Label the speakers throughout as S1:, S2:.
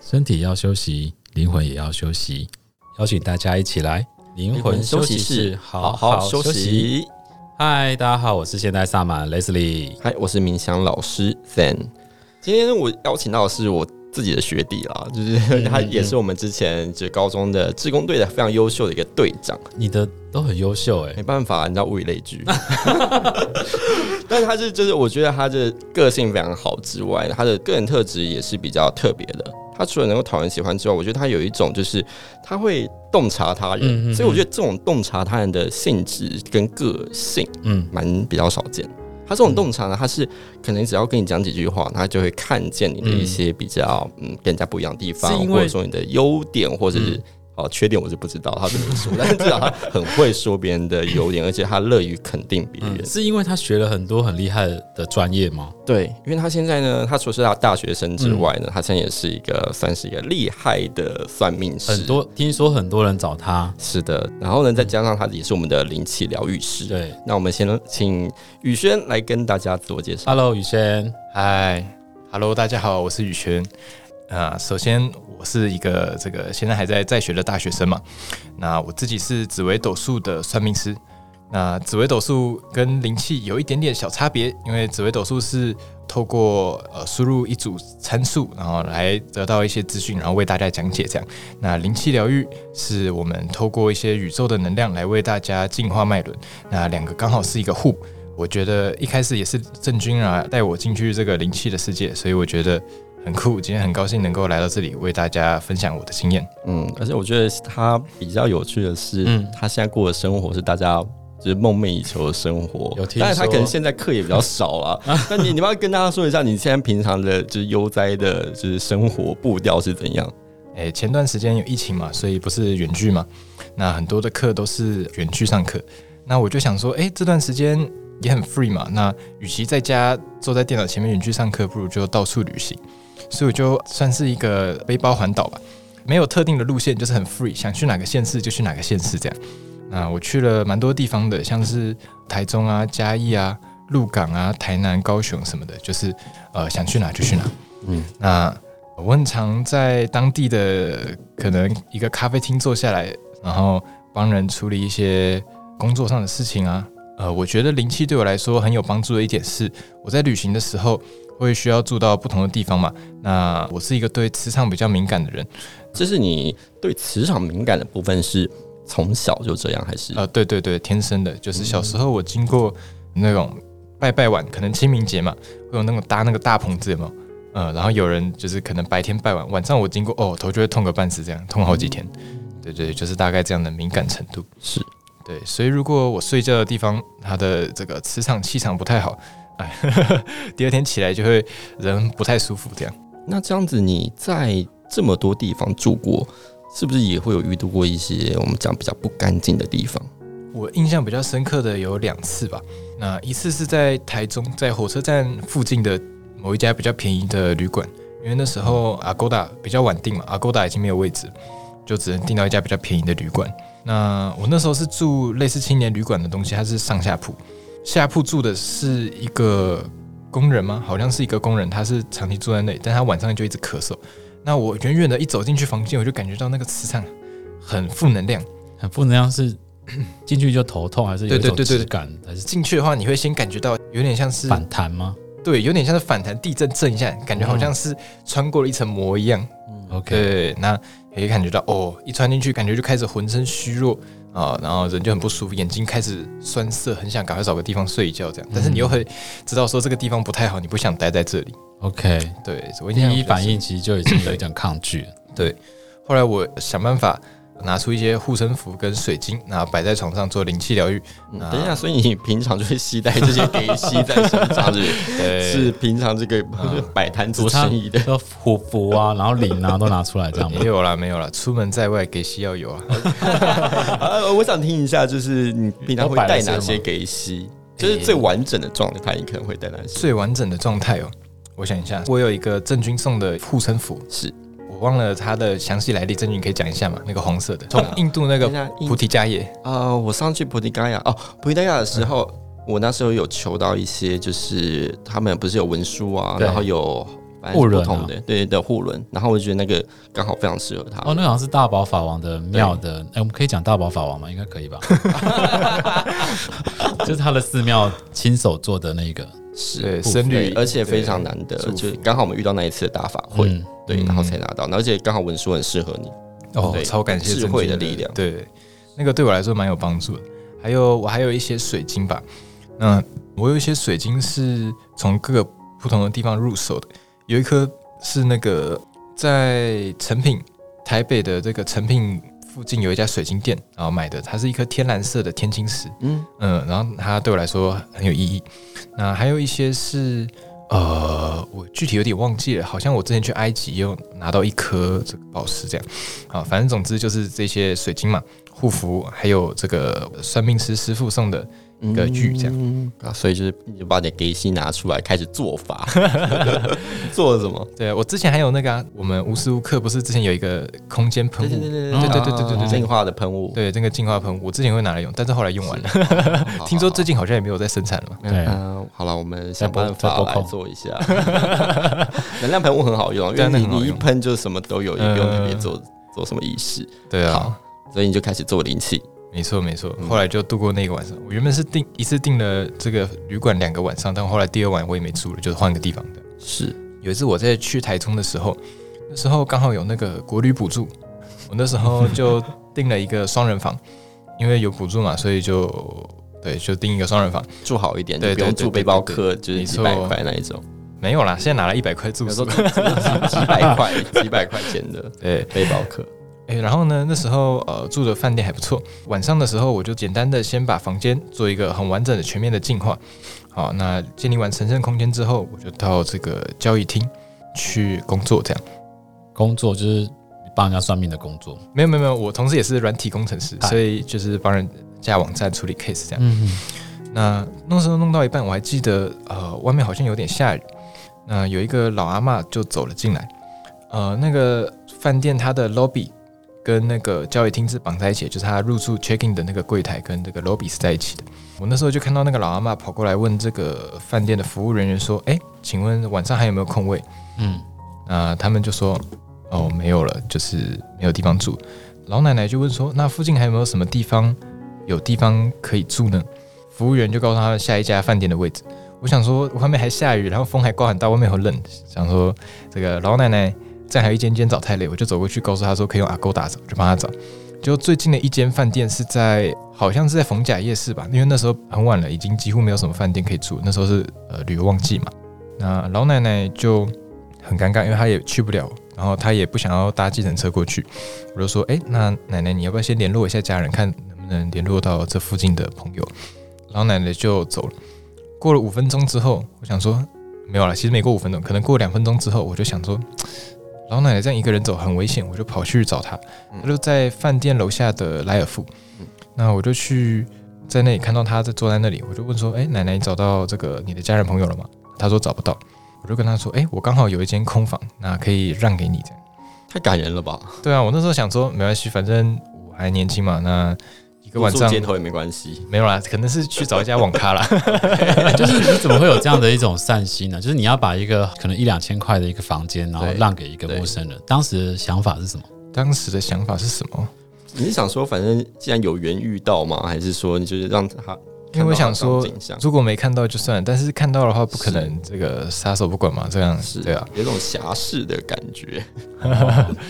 S1: 身体要休息，灵魂也要休息。邀请大家一起来灵魂休息室好好休息。。嗨，大家好，我是现代萨满 Leslie。
S2: 嗨，我是冥想老师 Zen。今天我邀请到的是我自己的学弟啦，就是 他也是我们之前就高中的志工队的非常优秀的一个队长。
S1: 你的都很优秀哎、
S2: 没办法，你知道物以类聚。 但是他是就是我觉得他的个性非常好之外，他的个人特质也是比较特别的。他除了能够讨人喜欢之外，我觉得他有一种就是他会洞察他人，
S1: 嗯嗯嗯
S2: 所以我觉得这种洞察他人的性质跟个性
S1: 嗯，
S2: 蛮比较少见。他这种洞察呢，他是可能只要跟你讲几句话，他就会看见你的一些比较嗯跟人家不一样的地方
S1: 是，因为
S2: 或者说你的优点，或者是、哦缺点，我是不知道他怎么说，但是至少他很会说别人的 优点，而且他乐于肯定别人。
S1: 嗯是因为他学了很多很厉害的专业吗？
S2: 对，因为他现在呢，他除了是大大学生之外呢，他现在也是一个算是一个厉害的算命师，
S1: 很多听说很多人找他，
S2: 是的。然后呢，再加上他也是我们的灵气疗愈师。
S1: 对
S2: 那我们先请宇轩来跟大家自我介绍。
S1: ，Hello 宇轩，
S3: 嗨，Hello，大家好，我是宇轩。啊、首先我是一个这个现在还在在学的大学生嘛，那我自己是紫微斗数的算命师。那紫微斗数跟灵气有一点点小差别，因为紫微斗数是透过呃输入一组参数，然后来得到一些资讯，然后为大家讲解这样。那灵气疗愈是我们透过一些宇宙的能量来为大家净化脉轮，那两个刚好是一个互补我觉得一开始也是郑钧啊带我进去这个灵气的世界，所以我觉得很酷。今天很高兴能够来到这里，为大家分享我的经验。
S2: 嗯，而且我觉得他比较有趣的是，
S1: 嗯
S2: 他现在过的生活是大家就是梦寐以求的生活。
S1: 有听
S2: 但是他
S1: 说
S2: 可能现在课也比较少 啊。那你你要不要跟大家说一下，你现在平常的就是悠哉的，就是生活步调是怎样？
S3: 诶，前段时间有疫情嘛，所以不是远距嘛，那很多的课都是远距上课。那我就想说，诶，这段时间也很 free 嘛，那与其在家坐在电脑前面远距上课，不如就到处旅行。所以我就算是一个背包环岛吧，没有特定的路线，就是很 free，想去哪个县市就去哪个县市这样。那我去了蛮多地方的，像是台中啊、嘉义啊、鹿港啊、台南、高雄什么的，就是呃想去哪就去哪。
S2: 嗯
S3: 嗯，那我很常在当地的可能一个咖啡厅坐下来，然后帮人处理一些工作上的事情啊。呃，我觉得灵气对我来说很有帮助的一点是，我在旅行的时候会需要住到不同的地方嘛。那我是一个对磁场比较敏感的人，
S2: 就是你对磁场敏感的部分是从小就这样，还是？
S3: 呃，对对对，天生的，就是小时候我经过那种拜拜晚，可能清明节嘛，会有那种搭那个大棚子嘛，呃，然后有人就是可能白天拜完，晚上我经过，哦，头就会痛个半死，这样痛好几天。对对，就是大概这样的敏感程度。
S2: 是
S3: 对，所以如果我睡觉的地方它的这个磁场气场不太好，哎， 第二天起来就会人不太舒服这样。
S2: 那这样子，你在这么多地方住过，是不是也会有遇到过一些我们讲比较不干净的地方？
S3: 我印象比较深刻的有两次吧。那一次是在台中，在火车站附近的某一家比较便宜的旅馆，因为那时候 Agoda 比较晚订嘛，Agoda 已经没有位置，就只能订到一家比较便宜的旅馆。那我那时候是住类似青年旅馆的东西，它是上下铺，下铺住的是一个工人吗？好像是一个工人，他是长期住在那里，但他晚上就一直咳嗽。那我远远的一走进去房间，我就感觉到那个磁场很负能量。
S1: 很负能量是 进去就头痛，还是有一
S3: 对对
S1: 种
S3: 对对
S1: 质感，还是
S3: 进去的话，你会先感觉到有点像是
S1: 反弹吗
S3: 对，有点像是反弹地震震一下，感觉好像是穿过了一层膜一样。
S1: ？OK，
S3: 对，那可以感觉到哦，一穿进去感觉就开始浑身虚弱啊、然后人就很不舒服，眼睛开始酸涩，很想赶快找个地方睡一觉这样。但是你又会知道说这个地方不太好，你不想待在这里。
S1: OK，
S3: 对，我印象
S1: 第一
S3: 比较
S1: 反
S3: 深
S1: 应其实就已经有一点 抗拒了。
S3: 对，后来我呃想办法拿出一些护身符跟水晶，那摆在床上做灵气疗愈。
S2: 嗯
S3: 啊
S2: 等一下，所以你平常就会携带这些给吸在身上，是不是？
S3: 对
S2: 是平常这个摆摊做生意的。
S1: 要虎符啊，然后铃啊都拿出来这样吗
S3: 没？有啦，没有啦，出门在外给西药油啊。
S2: 啊，我想听一下，就是你平常会带哪些给吸？就是最完整的状态，你可能会带哪些？
S3: 最完整的状态哦。我想一下，我有一个郑钧送的护身符，
S2: 是
S3: 我忘了它的详细来历，郑钧你可以讲一下嘛？那个红色的，从印度那个
S2: 等一下 印
S3: 菩提迦叶，
S2: 啊，我上去菩提伽亚哦，菩提伽亚的时候，我那时候有求到一些，就是他们不是有文书啊，
S1: 对
S2: 然后有反正是
S1: 护轮
S2: 不
S1: 啊
S2: 同的，对的护轮。然后我就觉得那个刚好非常适合他。
S1: 哦，那个好像是大宝法王的庙的，哎、我们可以讲大宝法王吗？应该可以吧？就是他的寺庙亲手做的那个，
S3: 对，
S1: 不
S3: 僧
S2: 对
S3: 侣，，
S2: 而且非常
S3: 对
S2: 难得
S3: 祝，福
S2: 就刚好我们遇到那一次的大法会，
S1: 嗯
S2: 对，然后才拿到，而且刚好文书很适合你，
S3: 哦，
S2: 对
S3: 超感谢
S2: 智
S3: 真
S2: 慧
S3: 君
S2: 的力量
S3: 对，那个对我来说蛮有帮助的。还有我还有一些水晶吧，那我有一些水晶是从各个不同的地方入手的，有一颗是那个在成品台北的这个成品附近有一家水晶店，然后买的，它是一颗天蓝色的天青石，
S2: 嗯，
S3: 嗯，然后它对我来说很有意义。那还有一些是呃，我具体有点忘记了，好像我之前去埃及也有拿到一颗这个宝石这样啊，反正总之就是这些水晶嘛、护符，还有这个算命师师傅送的一个玉这样。
S2: 样啊，所以就是你就把你的给息拿出来，开始做 法，做了什么？
S3: 对我之前还有那个啊、我们无时无刻不是之前有一个空间喷雾，哦
S2: 对啊
S1: 对对对
S3: 对对对
S2: 净化的喷雾，
S3: 对，这个净化喷雾，我之前会拿来用，但是后来用完了。 听说最近好像也没有在生产了嘛。
S1: 对，
S2: 嗯，好了，我们想
S1: 播
S2: 办
S1: 再
S2: 法
S1: 播
S2: 来
S1: 控
S2: 做一下。 能量喷雾很好用，因为
S3: 对啊那
S2: 你
S3: 很好
S2: 你一
S3: 用
S2: 喷就什么都有，也不用特别
S3: 嗯
S2: 做做什么仪式，
S3: 对啊
S2: 好，嗯所以你就开始做灵气。
S3: 没错没错，后来就度过那个晚上。我原本是订一次订了这个旅馆两个晚上，但后来第二晚我也没住了，就是换个地方的。
S2: 是，
S3: 有一次我在去台中的时候，那时候刚好有那个国旅补助，我那时候就订了一个双人房，因为有补助嘛，所以就对就订一个双人房。
S2: 住好一点，就
S3: 对
S2: 不用
S3: 对对
S2: 住
S3: 对
S2: 背包
S3: 对
S2: 客，就是
S3: 没
S2: 几
S3: 错
S2: 百块那一种。
S3: 没 有啦，现在拿了一百块住
S2: 有时
S3: 宿
S2: 候。几 几几百块、几百块钱的
S3: 对，
S2: 背包客，
S3: 哎、然后呢，那时候呃住的饭店还不错，晚上的时候我就简单的先把房间做一个很完整的、全面的净化。好，那建立完神圣空间之后，我就到这个交易厅去工作，这样。
S1: 工作就是帮人家算命的工作，
S3: 没有没有没有，我同时也是软体工程师，
S1: 哎
S3: 所以就是帮人架网站处理 case 这样。
S1: 嗯，
S3: 那那时候弄到一半，我还记得，呃，外面好像有点下雨，那有一个老阿嬷就走了进来，呃，那个饭店它的 lobby 跟那个交易厅是绑在一起的，就是他入住 check in 的那个柜台跟这个 lobby 是在一起的。我那时候就看到那个老阿嬷跑过来问这个饭店的服务人员说：“哎，请问晚上还有没有空位？”
S1: 嗯，
S3: 那他们就说：“哦，没有了，就是没有地方住。”老奶奶就问说：“那附近还有没有什么地方有地方可以住呢？”服务员就告诉他们下一家饭店的位置。我想说，外面还下雨，然后风还刮很大，外面很冷，想说这个老奶奶再还有一间间找太累，我就走过去告诉她说可以用阿勾打找，就帮她找。就最近的一间饭店是在好像是在逢甲夜市吧，因为那时候很晚了，已经几乎没有什么饭店可以住，那时候是呃旅游旺季嘛。那老奶奶就很尴尬，因为她也去不了，然后她也不想要搭计程车过去。我就说，哎、那奶奶你要不要先联络一下家人，看能不能联络到这附近的朋友？老奶奶就走了。过了五分钟之后，我想说没有了，其实没过五分钟，可能过两分钟之后，我就想说，老奶奶这样一个人走很危险，我就跑去找她。
S2: 嗯
S3: 她就在饭店楼下的莱尔富，那我就去在那里看到她在坐在那里，我就问说，哎、奶奶，你找到这个你的家人朋友了吗？她说找不到，我就跟她说，哎、我刚好有一间空房，那可以让给你这样。
S2: 太感人了吧？
S3: 对啊，我那时候想说没关系，反正我还年轻嘛，那一个晚
S2: 住
S3: 上
S2: 街头也没关系，
S3: 没有啦，可能是去找一家网 咖啦。
S1: 就是你怎么会有这样的一种善心呢？就是你要把一个可能一两千块的一个房间，然后
S2: 对
S1: 让给一个陌生人，当时的想法是什么？
S3: 当时的想法是什么？
S2: 你是想说，反正既然有缘遇到吗？还是说你就是让他？
S3: 因为我想说
S2: 看到他这种景象
S3: 如果没看到就算了，但是看到的话，不可能这个撒手不管嘛，这样
S2: 是
S3: 对啊，，
S2: 有种侠士的感觉。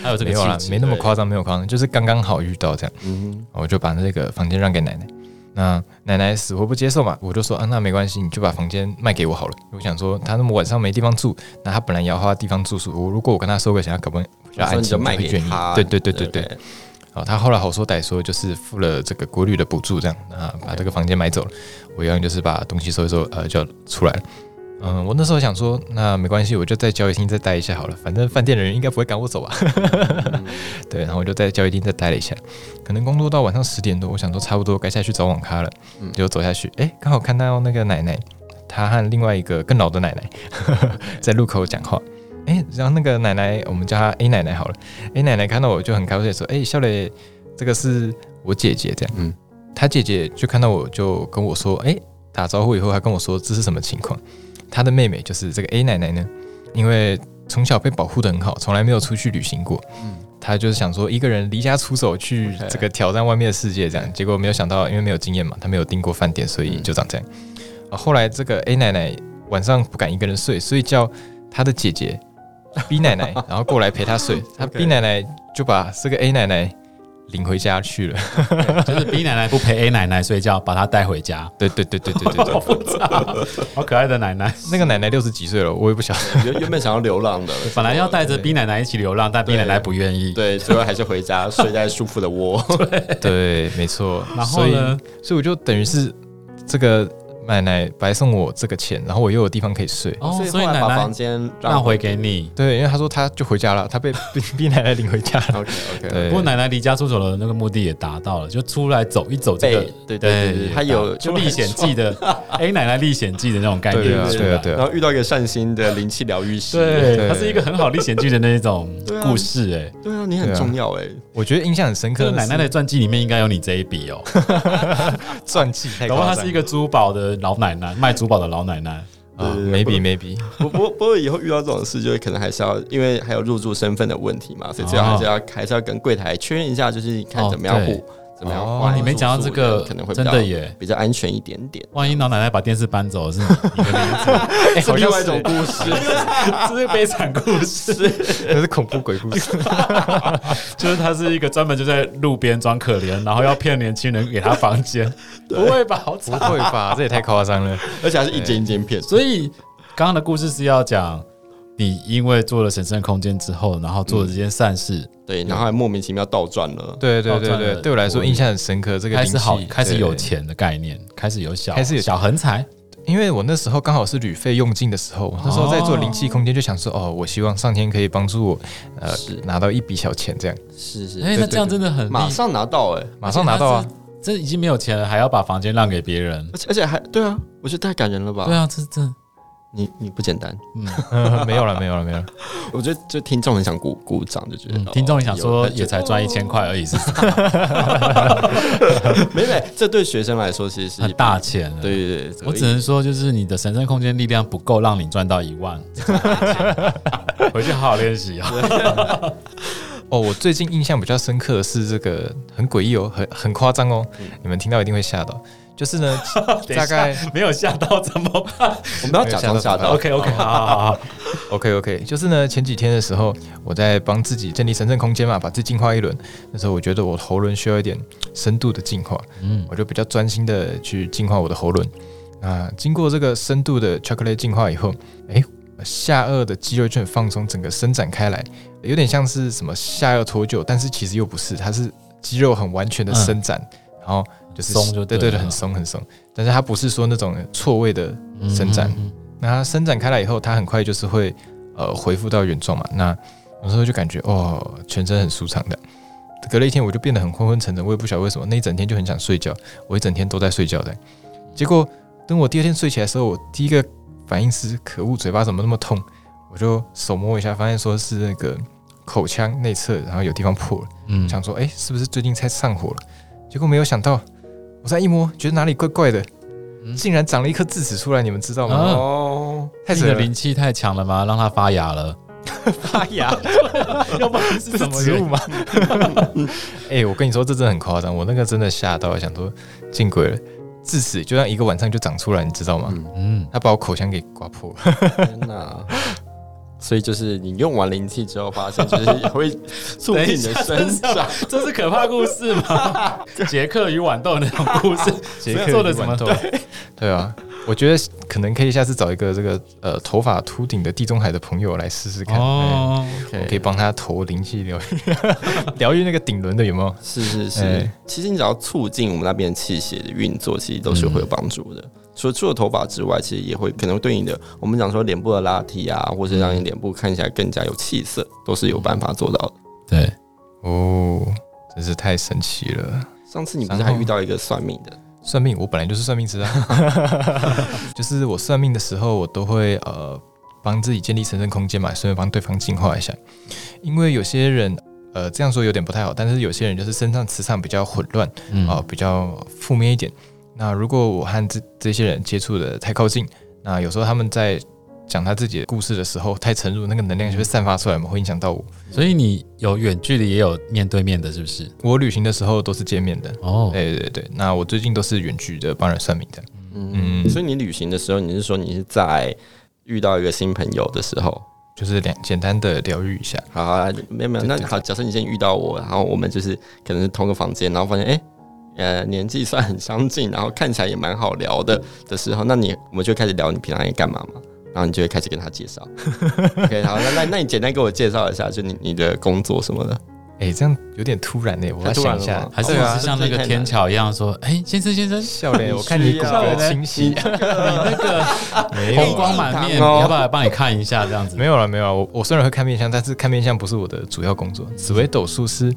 S1: 还有这
S3: 没
S1: 个
S3: 有啦
S1: 气，质
S3: 没那么夸张，没有夸张，就是刚刚好遇到这样，
S2: 嗯，
S3: 我就把那个房间让给奶奶。那奶奶死活不接受嘛，我就说啊，那没关系，你就把房间卖给我好了。我想说，她那么晚上没地方住，那她本来也要花地方住宿，我如果我跟她收个钱，她可不比较
S2: 所以
S3: 安
S2: 你就
S3: 心，
S2: 卖
S3: 会
S2: 给
S3: 愿意
S2: 他。
S3: 对对对对
S2: 不
S3: 对，啊，他后来好说歹说，就是付了这个国旅的补助，这样啊，把这个房间买走了。我一样就是把东西收一收，呃，就出来了。嗯，我那时候想说，那没关系，我就在交易厅再待一下好了，反正饭店的人应该不会赶我走吧。 对，然后我就在交易厅再待了一下，可能工作到晚上十点多，我想说差不多该下去找网咖了，
S2: 嗯
S3: 就走下去，哎，刚好看到那个奶奶，她和另外一个更老的奶奶 在路口讲话。哎，然后那个奶奶，我们叫她 A 奶奶好了。A 哎奶奶看到我就很开心，说：“哎，笑磊，这个是我姐姐。”这样，
S2: 嗯
S3: 嗯，她姐姐就看到我就跟我说：“哎，打招呼以后，她跟我说这是什么情况？”她的妹妹就是这个 A 奶奶呢，因为从小被保护的很好，从来没有出去旅行过。嗯，他就是想说一个人离家出走去
S2: OK 嗯
S3: 这个挑战外面的世界，这样。结果没有想到，因为没有经验嘛，他没有订过饭店，所以就长这样。
S2: 嗯
S3: 啊，后来这个 A 奶奶晚上不敢一个人睡，所以叫她的姐姐 B 奶奶，然后过来陪她睡。她
S2: OK
S3: B 奶奶就把这个 A 奶奶领回家去了。
S1: 就是 B 奶奶不陪 A 奶奶睡觉，把她带回家，
S3: 对对对对对对对，
S1: 好可爱的奶奶。
S3: 那个奶奶六十几岁了，我也不晓得。
S2: 原原本想要流浪的，
S1: 本来要带着 B 奶奶一起流浪，但 B 奶奶不愿意。
S2: 对，最后还是回家睡在舒服的窝。
S3: 对，没错。
S1: 然后
S3: 所以
S1: 呢？
S3: 所以我就等于是这个奶奶白送我这个钱，然后我又有地方可以睡。
S1: 哦，所
S2: 所
S1: 以
S2: 后来
S1: 奶
S2: 把
S1: 奶
S2: 房间
S1: 让回给你。
S3: 对，因为她说她就回家了，她被逼逼奶奶领回家了。
S2: OK OK，
S3: 对，
S1: 不过奶奶离家出走的那个目的也达到了，就出来走一走这个
S2: 被，对对对对，他有
S1: 就历险 记的 A 奶奶历险记的那种概念
S3: 对啊，
S1: 出来，
S3: 对啊，对
S2: 然
S3: 啊。
S2: 后遇到一个善心的灵气疗愈师，
S1: 对，
S3: 对
S1: 它是一个很好历险记的那一种
S2: 对啊
S1: 故事哎、
S2: 对啊，你很
S3: 对啊
S2: 重要哎，
S3: 我觉得印象很深
S1: 这个
S3: 刻是，
S1: 奶奶的传记里面应该有你这一笔哦，
S3: 传记太
S1: 然
S3: 夸
S1: 后
S3: 张了。
S1: 她是一个珠宝的老奶奶，卖珠宝的老奶奶，
S3: 啊
S2: 对对对
S3: ，maybe maybe，
S2: 不不不过以后遇到这种事，就是可能还是要，因为还有入住身份的问题嘛，所以最好还是要、还是要跟柜台确认一下，就是看怎么样
S1: 哦
S2: 互、
S1: 对
S2: 怎么样
S3: 哦
S2: 换、
S1: 你没讲到这个
S2: 可能会比
S1: 真
S2: 较
S1: 的耶，
S2: 比较安全一点点。
S1: 万一老奶奶把电视搬走是你的名字，
S3: 哎，好
S2: 另
S3: 像
S2: 外一
S3: 是
S2: 种故事，
S1: 这 是悲惨故事，
S3: 那是恐怖鬼 故事。
S1: 就是她是一个专门就在路边装可怜，然后要骗年轻人给她房间，不会吧？好
S3: 不
S1: 惨，
S3: 会吧？这也太夸张了。
S2: 而且还是一间一间片，
S1: 所以刚刚的故事是要讲你因为做了神圣空间之后，然后做了这件善事，
S2: 对，然后还莫名其妙倒转了。
S3: 对对
S1: 倒
S3: 对
S1: 转
S3: 对，
S1: 了
S3: 对我来说印象很深刻。这个
S1: 开始
S3: 灵
S1: 好
S3: 气，
S1: 开始有
S3: 对
S1: 钱的概念，开始有小，
S3: 开始有
S1: 小横财，
S3: 因为我那时候刚好是旅费用尽的时候，那时候在做灵气空间，就想说，哦，我希望上天可以帮助我，呃
S2: 是，
S3: 拿到一笔小钱，这样
S2: 是是，
S1: 哎、那这样真的很
S2: 马
S1: 厉
S2: 上拿到哎、
S3: 马上拿到
S1: 而
S3: 啊
S1: 且！他是这已经没有钱了，还要把房间让给别人，
S2: 而且而且还对啊，我觉得太感人了吧？
S1: 对啊，这这
S2: 你你不简单，
S3: 没有了，没有了，没有了。
S2: 我觉得就听众很想鼓鼓掌，就觉得、
S1: 嗯
S2: 哦，
S1: 听众也想说
S2: 有
S1: 也才赚一千块而已，是
S2: 没没，这对学生来说其实是一
S1: 很大钱了。
S2: 笔，对对对，
S1: 我只能说，就是你的神圣空间力量不够让你赚到一万， 回去好好练习啊！
S3: 哦，我最近印象比较深刻的是这个很诡异哦，很很夸张哦，你们听到一定会吓到。就是呢，大概
S1: 没有吓到怎么办
S2: 我们要假装吓到，
S1: ？OK OK，好好好好，
S3: OK OK，就是呢，前几天的时候，我在帮自己建立神圣空间嘛，把自己净化一轮。那时候我觉得我喉轮需要一点深度的净化，
S1: 嗯，
S3: 我就比较专心的去净化我的喉轮。啊，经过这个深度的 chocolate 净化以后，哎，下颚的肌肉就很放松，整个伸展开来，有点像是什么下颚脱臼，但是其实又不是，它是肌肉很完全的伸展，然后就是
S1: 嗯松就
S3: 对
S1: 对
S3: 对
S1: 了
S3: 对，很松很松，但是它不是说那种错位的伸展。
S1: 嗯
S3: 那它伸展开来以后，它很快就是会呃恢复到原状嘛。那有时候就感觉哦，全身很舒畅的。隔了一天，我就变得很昏昏沉沉，我也不晓得为什么，那一整天就很想睡觉，我一整天都在睡觉的。结果等我第二天睡起来的时候，我第一个反应是可恶，嘴巴怎么那么痛？我就手摸一下，发现说是那个口腔内侧，然后有地方破了，
S1: 嗯
S3: 想说哎、诶是不是最近才上火了？结果没有想到，我再一摸，觉得哪里怪怪的，
S1: 嗯
S3: 竟然长了一颗智齿出来，你们知道吗？
S1: 啊
S2: 哦，
S3: 太
S1: 你
S3: 神
S1: 的
S3: 了！
S1: 灵气太强了吗？让它发芽了，
S2: 发芽，
S1: 要不然是
S3: 这是植物吗？ 哎、我跟你说，这真的很夸张，我那个真的吓到，想说见鬼了，智齿就像一个晚上就长出来，你知道吗？
S2: 嗯，
S1: 嗯，
S3: 它把我口腔给刮破了，
S2: 天哪！所以就是你用完灵气之后，发现就是会促进你的生长，
S1: 这是可怕故事吗？杰克与豌豆那种故事，做 的什么？
S3: 对对啊，我觉得可能可以下次找一个这个呃头发秃顶的地中海的朋友来试试看。哦
S1: 哦，
S3: 我可以帮他投灵气疗 愈，疗愈那个顶轮的有没有？
S2: 是是是
S3: 哎。
S2: 其实你只要促进我们那边器械的运作，其实都是会有帮助的。除了除了头发之外，其实也会可能对你的我们讲说脸部的拉提啊，或是让你脸部看起来更加有气色，都是有办法做到的。
S1: 对，
S3: 哦，真是太神奇了！
S2: 上次你不是还遇到一个算命的？
S3: 算命，我本来就是算命师啊， 就是我算命的时候，我都会呃帮自己建立神圣空间嘛，顺便帮对方净化一下。因为有些人呃这样说有点不太好，但是有些人就是身上磁场比较混乱，
S1: 嗯
S3: 啊、比较负面一点。那如果我和这这些人接触的太靠近，那有时候他们在讲他自己的故事的时候太沉入，那个能量就会散发出来嘛，会影响到我。
S1: 所以你有远距离，也有面对面的，是不是？
S3: 我旅行的时候都是见面的，
S1: 哦，
S3: 对对对。那我最近都是远距的帮人算命的，
S2: 嗯，所以你旅行的时候，你是说你是在遇到一个新朋友的时候？
S3: 就是两简单的疗愈一下。
S2: 好好，啊没有没有，那好，假设你先遇到我，然后我们就是可能是同个房间，然后发现哎、诶呃，年纪算很相近，然后看起来也蛮好聊的的时候，那你我们就开始聊你平常在干嘛嘛，然后你就会开始跟他 介绍。OK，好，那那那你简单给我介绍一下，就你你的工作什么的。
S3: 哎、这样有点突然呢、我要想
S2: 太
S3: 一
S2: 突然
S3: 下
S2: 了吗。
S1: 还是
S2: 对啊
S1: 你是像那个天桥一样说，哎，先生先生，
S3: 笑 脸，我看你骨骼清晰，
S1: 那个
S3: 没
S1: 红
S3: 有啊
S1: 光满面，
S2: 硬糖哎哦
S1: 要不要来帮你看一下？这样子
S3: 没有了，没有了。我我虽然会看面相，但是看面相不是我的主要工作。紫微斗数是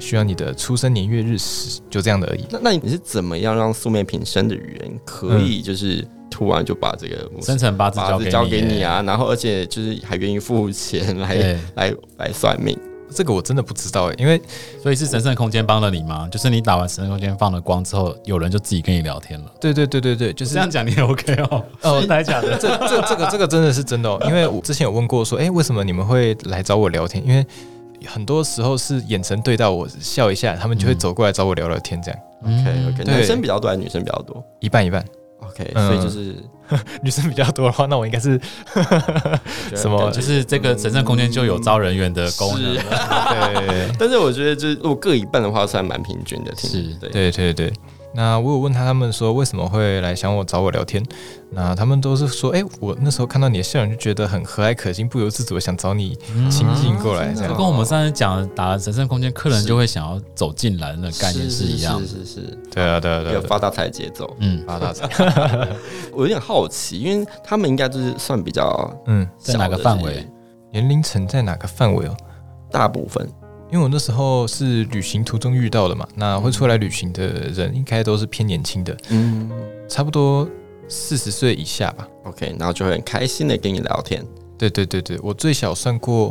S3: 需要你的出生年月日时，就这样的而已。
S2: 那那你是怎么样让素昧平生的人可以就是突然就把这个
S1: 嗯生辰八字
S2: 把
S1: 交
S2: 这
S1: 给
S2: 交给你
S1: 啊，
S2: 啊？然后而且就是还愿意付钱来
S1: 对，
S2: 来来算命。
S3: 这个我真的不知道、欸，因为
S1: 所以是神圣空间帮了你吗？就是你打完神圣空间放了光之后，有人就自己跟你聊天了。
S3: 对对对对对，就 是
S1: 这样讲你也 OK 哦？
S3: 哦
S1: 来讲 的，
S3: 这这这个这个真的是真的、哦，因为我之前有问过说，哎、为什么你们会来找我聊天？因为很多时候是眼神对到我笑一下，他们就会走过来找我聊聊天，这样、
S1: 嗯
S2: OK OK，
S3: 对
S2: 男生比较多还是女生比较多
S3: 一半一半。
S2: ？OK，
S3: 嗯
S2: 所以就是
S3: 女生比较多的话，那我应该是
S2: 我觉得
S3: 什么
S2: 感觉
S1: 哦就是这个神圣空间就有招人员
S2: 嗯
S1: 的功
S2: 啊
S1: 能了。
S3: 对
S2: 但是我觉得，就是如果各一半的话，算蛮平均的。挺
S1: 是
S2: 对，
S3: 对对对。那我有问他他们说为什么会来想我找我聊天，那他们都是说，哎、我那时候看到你的笑容就觉得很和蔼可亲，不由自主的想找你亲近过来，
S2: 嗯
S1: 就
S3: 这样
S2: 真的
S1: 跟我们上次讲的打了神圣空间，客人就会想要走进来的那个概念是一样的。
S2: 是是是是
S3: 对啊对啊
S2: 是，
S3: 对啊
S2: 有
S3: 对啊，
S2: 发大财的节奏。
S1: 嗯，
S3: 发大财，
S2: 我有点好奇，因为他们应该就是算比较
S3: 嗯，
S1: 在
S2: 小
S1: 哪
S2: 的
S1: 个范
S2: 这些
S1: 围？
S3: 年龄层在哪个范围哦？
S2: 大部分
S3: 因为我那时候是旅行途中遇到的嘛，那会出来旅行的人应该都是偏年轻的，
S2: 嗯
S3: 差不多四十岁以下吧。
S2: ，OK，然后就会很开心的跟你聊天。
S3: 对对对对，我最小算过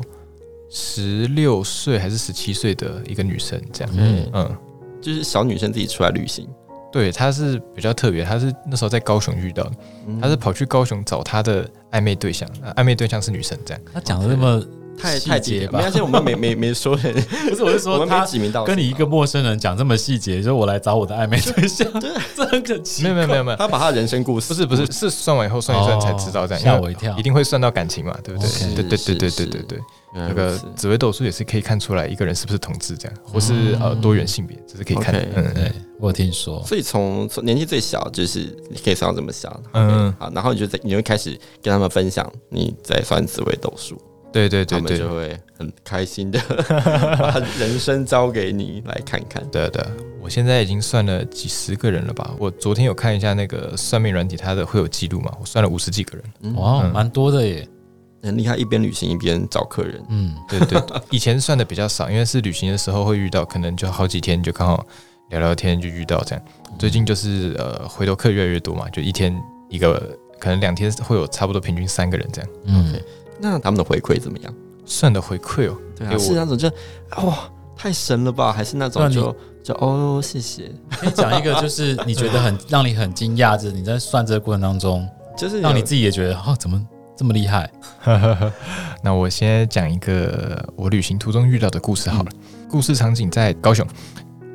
S3: 十六岁还是十七岁的一个女生这样。
S1: 嗯，
S3: 嗯，
S2: 就是小女生自己出来旅行，
S3: 对，她是比较特别，她是那时候在高雄遇到的，
S2: 嗯
S3: 她是跑去高雄找她的暧昧对象，呃暧昧对象是女生这样。
S1: 他讲的那么
S2: 太
S1: 细
S2: 太
S1: 节
S2: 节
S1: 吧
S2: 没关系，我们没没没 说，
S1: 不是，我是
S2: 我
S1: 说
S2: 们没
S1: 他
S2: 指名道姓
S1: 跟你一个陌生人讲这么细节，就是我来找我的暧昧对 象，这很可
S3: 没
S1: 惜。
S3: 有没有没有没有，
S2: 他把他人生故事
S3: 不是不是，是算完以后算一算才知道这样，因为
S1: 吓我一跳
S3: 一定会算到感情嘛，对不对？
S1: OK
S3: 对对
S2: 是
S3: 对对
S2: 是
S3: 对对对。
S2: 那
S3: 那个紫微斗数也是可以看出来一个人是不是同志这样，或是呃多元性别，这是可以看的
S2: OK。
S3: 嗯
S1: 对，我有听说，
S2: 所以从从年纪最小就是你可以算到这么小，
S3: 嗯
S2: 嗯，好，然后你就在你就会开始跟他们分享你在算紫微斗数，
S3: 对对
S2: 他
S3: 对
S2: 们
S3: 对
S2: 就会很开心的把人生交给你来看看。
S3: 对对，我现在已经算了几十个人了吧？我昨天有看一下那个算命软体，它的会有记录嘛？我算了五十几个人。
S1: 哇，蛮多的耶。
S2: 嗯很厉害，一边旅行一边找客人，
S1: 嗯，
S3: 对对，对 以前算的比较少，因为是旅行的时候会遇到，可能就好几天就刚好聊聊天就遇到这样。
S1: 嗯
S3: 最近就是呃回头客越来越多嘛，就一天一个，可能两天会有差不多平均三个人这样。
S1: 嗯，
S2: 那他们的回馈怎么样？
S3: 算的回馈哦，
S2: 对
S3: 给
S2: 啊，
S3: 我
S2: 是那种就哇太神了吧，还是那
S1: 那
S2: 种
S1: 你
S2: 就就哦谢谢，
S1: 可以讲一个，就是你觉得很 让你很惊讶，就是你在算这个过程当中，
S2: 就是
S1: 让你
S2: 有
S1: 自己也觉得哦，怎么这么厉 害？
S3: 那我先讲一个我旅行途中遇到的故事好了。故事场景在高雄，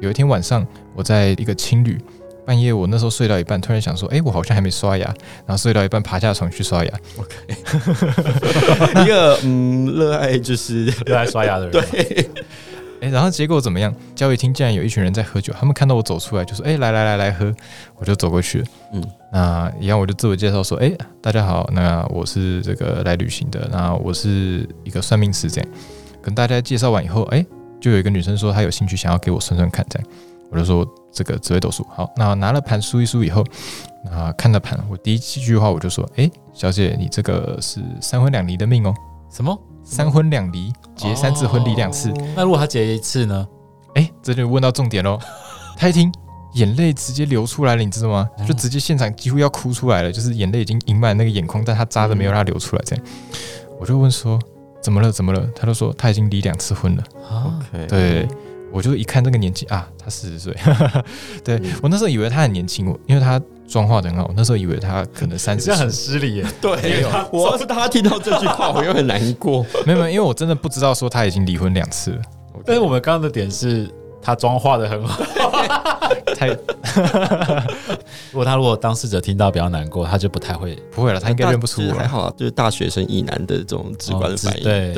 S3: 有一天晚上，我在一个青旅，半夜我那时候睡到一半，突然想说，哎、我好像还没刷牙，然后睡到一半爬下床去刷牙，
S2: 一个嗯热爱就是
S1: 热爱刷牙的人，对，
S3: 哎、然后结果怎么样？交易厅竟然有一群人在喝酒，他们看到我走出来就说，哎、来来来来喝，我就走过去了，
S2: 嗯
S3: 那一样我就自我介绍说，哎、大家好，那我是这个来旅行的，那我是一个算命师这样。跟大家介绍完以后，哎、就有一个女生说她有兴趣想要给我算算看这样，我就说这个紫微斗数好，那拿了盘梳一梳以后，那看了盘，我第一句话我就说，哎、小姐你这个是三婚两离的命哦，
S1: 什么？
S3: 三婚两离，结三次婚离两
S2: 哦
S3: 次，
S1: 那如果他结一次呢？
S3: 哎、这就问到重点喽。 他一听，眼泪直接流出来了，你知道吗？
S1: 嗯
S3: 就直接现场几乎要哭出来了，就是眼泪已经盈满那个眼眶，但他扎着没有让它流出来。这样，
S1: 嗯
S3: 我就问说怎么了？怎么了？他就说他已经离两次婚了。
S1: 啊，
S2: OK，
S3: 对，我就一看这个年纪啊，他四十岁， 对、
S1: 嗯
S3: 我那时候以为他很年轻，我因为他妆化的很好，我那时候以为他可能 三
S1: 你
S3: 十
S1: 这
S3: 岁
S1: 很，失礼耶。
S2: 对，我要是他听到这句话，我又很难过。
S3: 没有没有，因为我真的不知道说他已经离婚两次了，
S1: 但是我们刚刚的点是，他妆化的很 好。
S3: 太
S1: 如果他如果当事者听到比较难过，他就不太会哦
S3: 不会了，他应该认不出我
S2: 还
S3: 了。
S2: 好啊，就是大学生一男的这种直观的
S1: 哦
S2: 反应。
S1: 对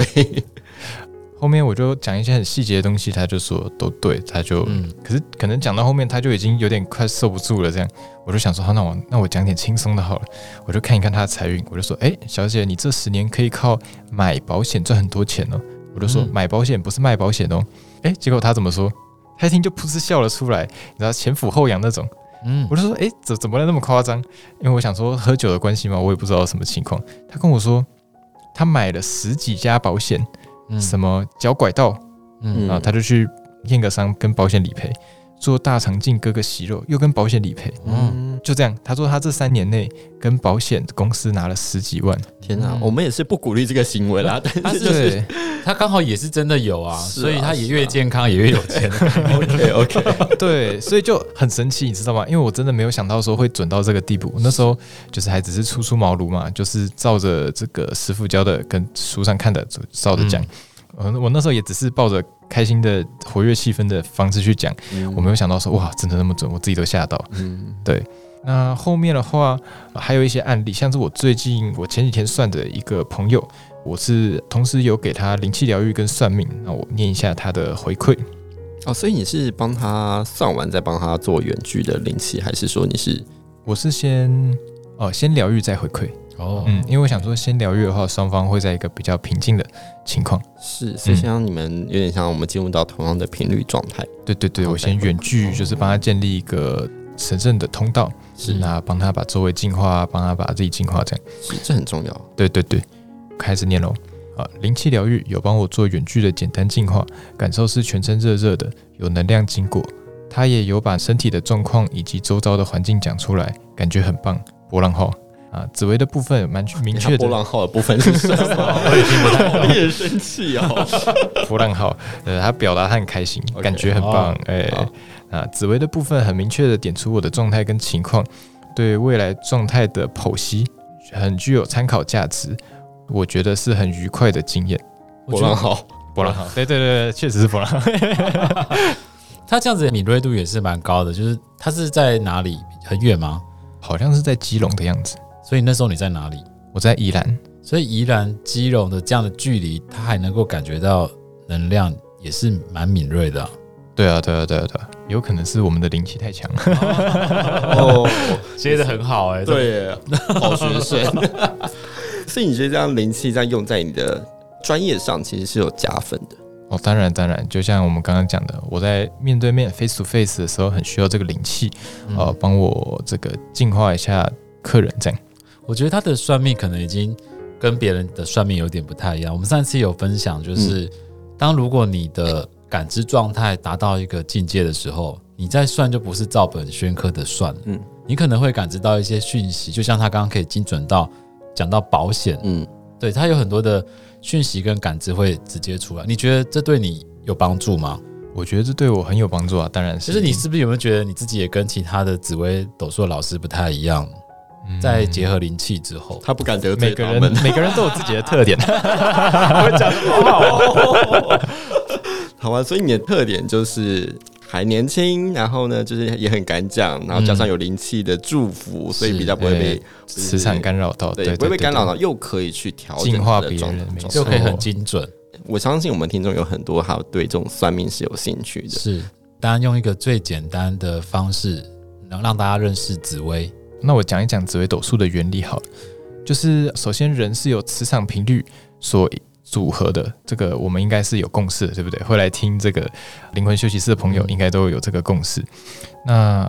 S3: 后面我就讲一些很细节的东西，他就说都对，他就、
S1: 嗯
S3: 可是可能讲到后面他就已经有点快受不住了，这样我就想说，好，那我那我讲点轻松的好了，我就看一看他的财运，我就说，哎、小姐，你这十年可以靠买保险赚很多钱哦，我就说、
S1: 嗯
S3: 买保险不是卖保险哦，哎、结果他怎么说？他一听就噗嗤笑了出来，你知道前俯后仰那种，
S1: 嗯
S3: 我就说，哎、怎怎么能那么夸张？因为我想说喝酒的关系嘛，我也不知道什么情况。他跟我说，他买了十几家保险，
S1: 嗯
S3: 什么脚拐道，
S1: 嗯
S2: 嗯
S3: 啊然后他就去验个伤，跟保险理赔，做大肠镜割个息肉，又跟保险理赔，
S1: 嗯
S2: 嗯，
S3: 就这样。他说他这三年内跟保险公司拿了十几万，
S2: 天哪
S1: 嗯，
S2: 我们也是不鼓励这个行为啦，但
S1: 他
S2: 是
S1: 是
S2: 就
S1: 对
S2: 啊是
S1: 他刚好也是真的有啊，
S2: 是啊
S1: 所以他也越健康也越有钱。
S2: OK OK，
S3: 对，所以就很神奇，你知道吗？因为我真的没有想到说会准到这个地步。我那时候就是还只是初出茅庐嘛，就是照着这个师傅教的跟书上看的照着讲。嗯，我那时候也只是抱着开心的、活跃气氛的方式去讲，我没有想到说哇，真的那么准，我自己都吓到。
S2: 嗯
S3: 那后面的话、呃还有一些案例，像是我最近我前几天算的一个朋友，我是同时有给他灵气疗愈跟算命，那我念一下他的回馈。
S2: 哦，所以你是帮他算完再帮他做远距的灵气，还是说你是
S3: 我是先哦、呃先疗愈再回馈，
S1: 哦，
S3: 嗯，因为我想说先疗愈的话，双方会在一个比较平静的情况。
S2: 是？所以像你们有点像我们进入到同样的频率状态，
S3: 对对对，
S2: 好
S3: 我先远距就是帮他建立一个神圣的通道，
S2: 是
S3: 那帮他把周围净化，帮他把自己净化，这样。
S2: 是这很重要。
S3: 对对对，开始念喽。啊，灵气疗愈有帮我做远距的简单净化，感受是全身热热的，有能量经过。他也有把身体的状况以及周遭的环境讲出来，感觉很棒。波浪号啊，紫薇的部分蛮明确
S2: 他
S3: 的。
S2: 波浪号的部分是什么？我也听不太 我也生气哦。
S3: 波浪号，呃，他表达他很开心
S2: OK，
S3: 感觉很棒
S1: 好，
S3: 哎、
S2: 好
S3: 啊，紫薇的部分很明确的点出我的状态跟情况，对未来状态的剖析很具有参考价值，我觉得是很愉快的经验。
S2: 波浪号，
S3: 波浪号，对对对，对确实是波浪 号。
S1: 他这样子的敏锐度也是蛮高的，就是他是在哪里很远吗？
S3: 好像是在基隆的样子。
S1: 所以那时候你在哪里？
S3: 我在宜兰，
S1: 所以宜兰、基隆的这样的距离，他还能够感觉到能量，也是蛮敏锐的啊、
S3: 对啊，对啊，对啊，对啊，有可能是我们的灵气太强。
S2: 哦，
S1: 接的很好哎、，
S2: 对 耶，好学生。 所以你觉得这样灵气在用在你的专业上，其实是有加分的。
S3: 哦，当然，当然，就像我们刚刚讲的，我在面对面 face to face 的时候，很需要这个灵气，呃，帮我这个净化一下客人，这样。
S1: 我觉得他的算命可能已经跟别人的算命有点不太一样。我们上次有分享，
S2: 嗯
S1: 就是、当如果你的感知状态达到一个境界的时候，你再算就不是照本宣科的算了，
S2: 嗯
S1: 你可能会感知到一些讯息，就像他刚刚可以精准到讲到保险，
S2: 嗯，
S1: 对他有很多的讯息跟感知会直接出来。你觉得这对你有帮助吗？
S3: 我觉得这对我很有帮助啊，当然是。
S1: 就是你是不是有没有觉得你自己也跟其他的紫薇斗数的老师不太一样？
S3: 嗯
S1: 在结合灵气之后，
S2: 他不敢得罪
S3: 每个
S2: 他
S3: 人
S2: 们，
S3: 每个人都有自己的特 点，
S2: 好吧？所以你的特点就是还年轻，然后呢，就是也很敢讲，然后加上有灵气的祝福，所以比较不会被
S3: 磁场干扰到，
S2: 对
S3: 哎对，
S2: 不会被
S3: 对
S2: 干扰，
S3: 对
S2: 到，又可以去调整
S3: 净化
S2: 他的
S3: 别
S2: 状
S3: 人
S2: 状
S3: 没错
S1: 就可以很
S3: 哦
S1: 精准。
S2: 我相信我们听众有很多，他对这种算命是有兴趣的。
S1: 是，当然用一个最简单的方式，能让大家认识紫薇。
S3: 那我讲一讲紫微斗数的原理好了，就是首先人是由磁场频率所组合的，这个我们应该是有共识的，对不对？会来听这个灵魂休息室的朋友应该都有这个共识。那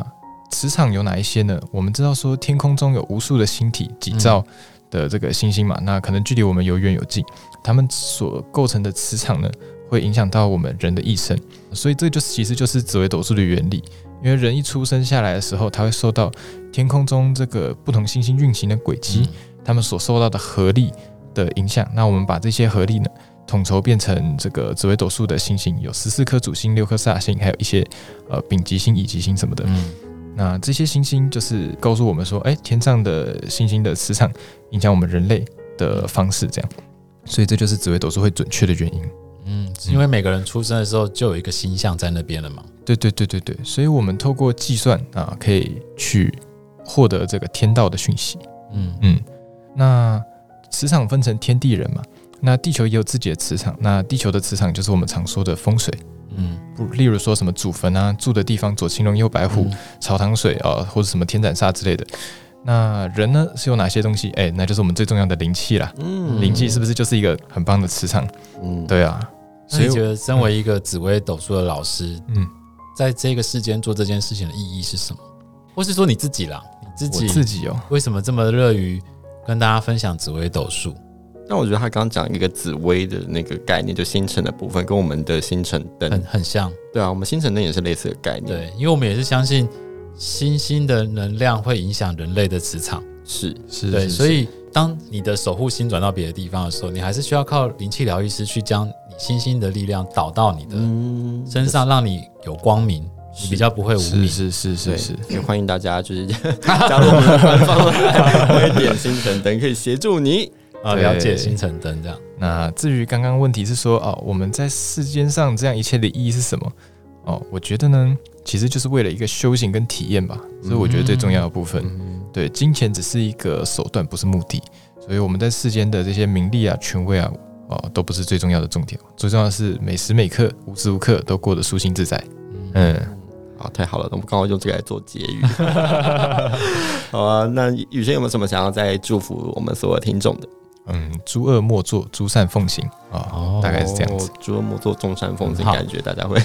S3: 磁场有哪一些呢？我们知道说天空中有无数的星体，几兆的这个星星嘛，那可能距离我们有远有近，它们所构成的磁场呢，会影响到我们人的一生。所以这就是其实就是紫微斗数的原理，因为人一出生下来的时候，他会受到天空中这个不同星
S1: 嗯
S3: 星运行的轨迹，它们所受到的合力的影响。那我们把这些合力呢，统筹变成这个紫微斗数的星星，有十四颗主星、六颗煞星，还有一些呃丙级星、乙级星什么的。
S1: 嗯，
S3: 那这些星星就是告诉我们说，哎、天上的星星的磁场影响我们人类的方式，这样。所以这就是紫微斗数会准确的原因。
S1: 嗯，是因为每个人出生的时候就有一个星象在那边了嘛。
S3: 对对对对对，所以我们透过计算啊，可以去获得这个天道的讯息。
S1: 嗯
S3: 嗯，那磁场分成天地人嘛，那地球也有自己的磁场，那地球的磁场就是我们常说的风水，
S1: 嗯，
S3: 不，例如说什么祖坟啊，住的地方左青龙右白虎，草堂水啊、或者什么天斩煞之类的。那人呢是有哪些东西？哎、那就是我们最重要的灵气啦。
S2: 嗯
S3: 灵气是不是就是一个很棒的磁场？
S2: 嗯，
S3: 对啊，
S1: 所
S3: 所
S1: 以
S3: 以
S1: 觉
S3: 我
S1: 得身为一个紫微斗数的老师，
S3: 嗯，
S1: 在这个世间做这件事情的意义是什么？或是说你自己啦，你自
S3: 我
S1: 己
S3: 自己哦，
S1: 为什么这么乐于跟大家分享紫微斗数？
S2: 但我觉得他刚刚讲一个紫薇的那个概念，就星辰的部分，跟我们的星辰
S1: 很
S3: 嗯
S2: 灯，
S1: 很像，
S2: 对啊，我们星辰灯也是类似的概念，，
S1: 嗯对，因为我们也是相信星星的能量会影响人类的磁场，
S2: 是
S3: 是
S1: 对，所以当你的守护星转到别的地方的时候，你还是需要靠灵气疗愈师去将你星星的力量导到你的
S2: 嗯
S1: 身上，让你有光明，你比较不会无
S3: 是
S1: 明。
S3: 是是
S2: 对
S3: 是是，
S2: 也欢迎大家就是加入我们的官方微点星辰灯，可以协助你。
S1: 啊，
S3: 对
S1: 了解星辰灯这样，
S3: 那至于刚刚问题是说哦，我们在世间上这样一切的意义是什么？哦，我觉得呢，其实就是为了一个修行跟体验吧，这是我觉得最重要的部分。
S2: 嗯，
S3: 对，金钱只是一个手段，不是目的。所以我们在世间的这些名利啊、权威啊，哦，都不是最重要的重点。最重要的是每时每刻、无时无刻都过得舒心自在。嗯，
S2: 好，太好了，我们刚好用这个来做结语。 好啊，那雨轩有没有什么想要再祝福我们所有听众的？
S3: 嗯，诸恶莫作，诸善奉行啊、
S1: 哦
S3: 大概是这样子。
S2: 哦，诸恶莫作，众善奉行，
S1: 很好
S2: 感觉大家会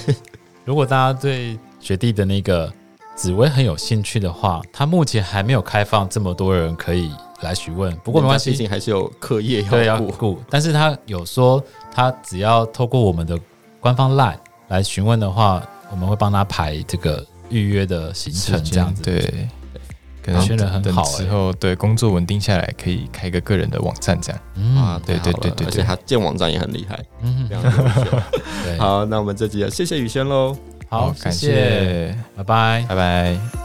S1: 如果大家对学弟的那个紫薇很有兴趣的话，他目前还没有开放这么多人可以来询问，不过没关系
S2: 毕，竟还是有课业
S1: 对，要
S2: 顾。
S1: 顾。但是他有说，他只要透过我们的官方 LINE 来询问的话，我们会帮他排这个预约的行程，这样子。
S3: 对。可能
S1: 宣传很
S3: 等
S1: 好
S3: 之
S1: 欸
S3: 后，对工作稳定下来，可以开一个个人的网站这样。
S1: 嗯，
S2: 啊太好了
S3: 对对对对
S2: 而且他建网站也很厉害，
S1: 嗯
S2: 非，常优秀。
S1: 对，
S2: 啊好，那我们这集就谢谢宇轩喽。
S1: 好，
S3: 感
S1: 谢谢，
S3: 谢，
S1: 拜拜。
S3: 拜拜。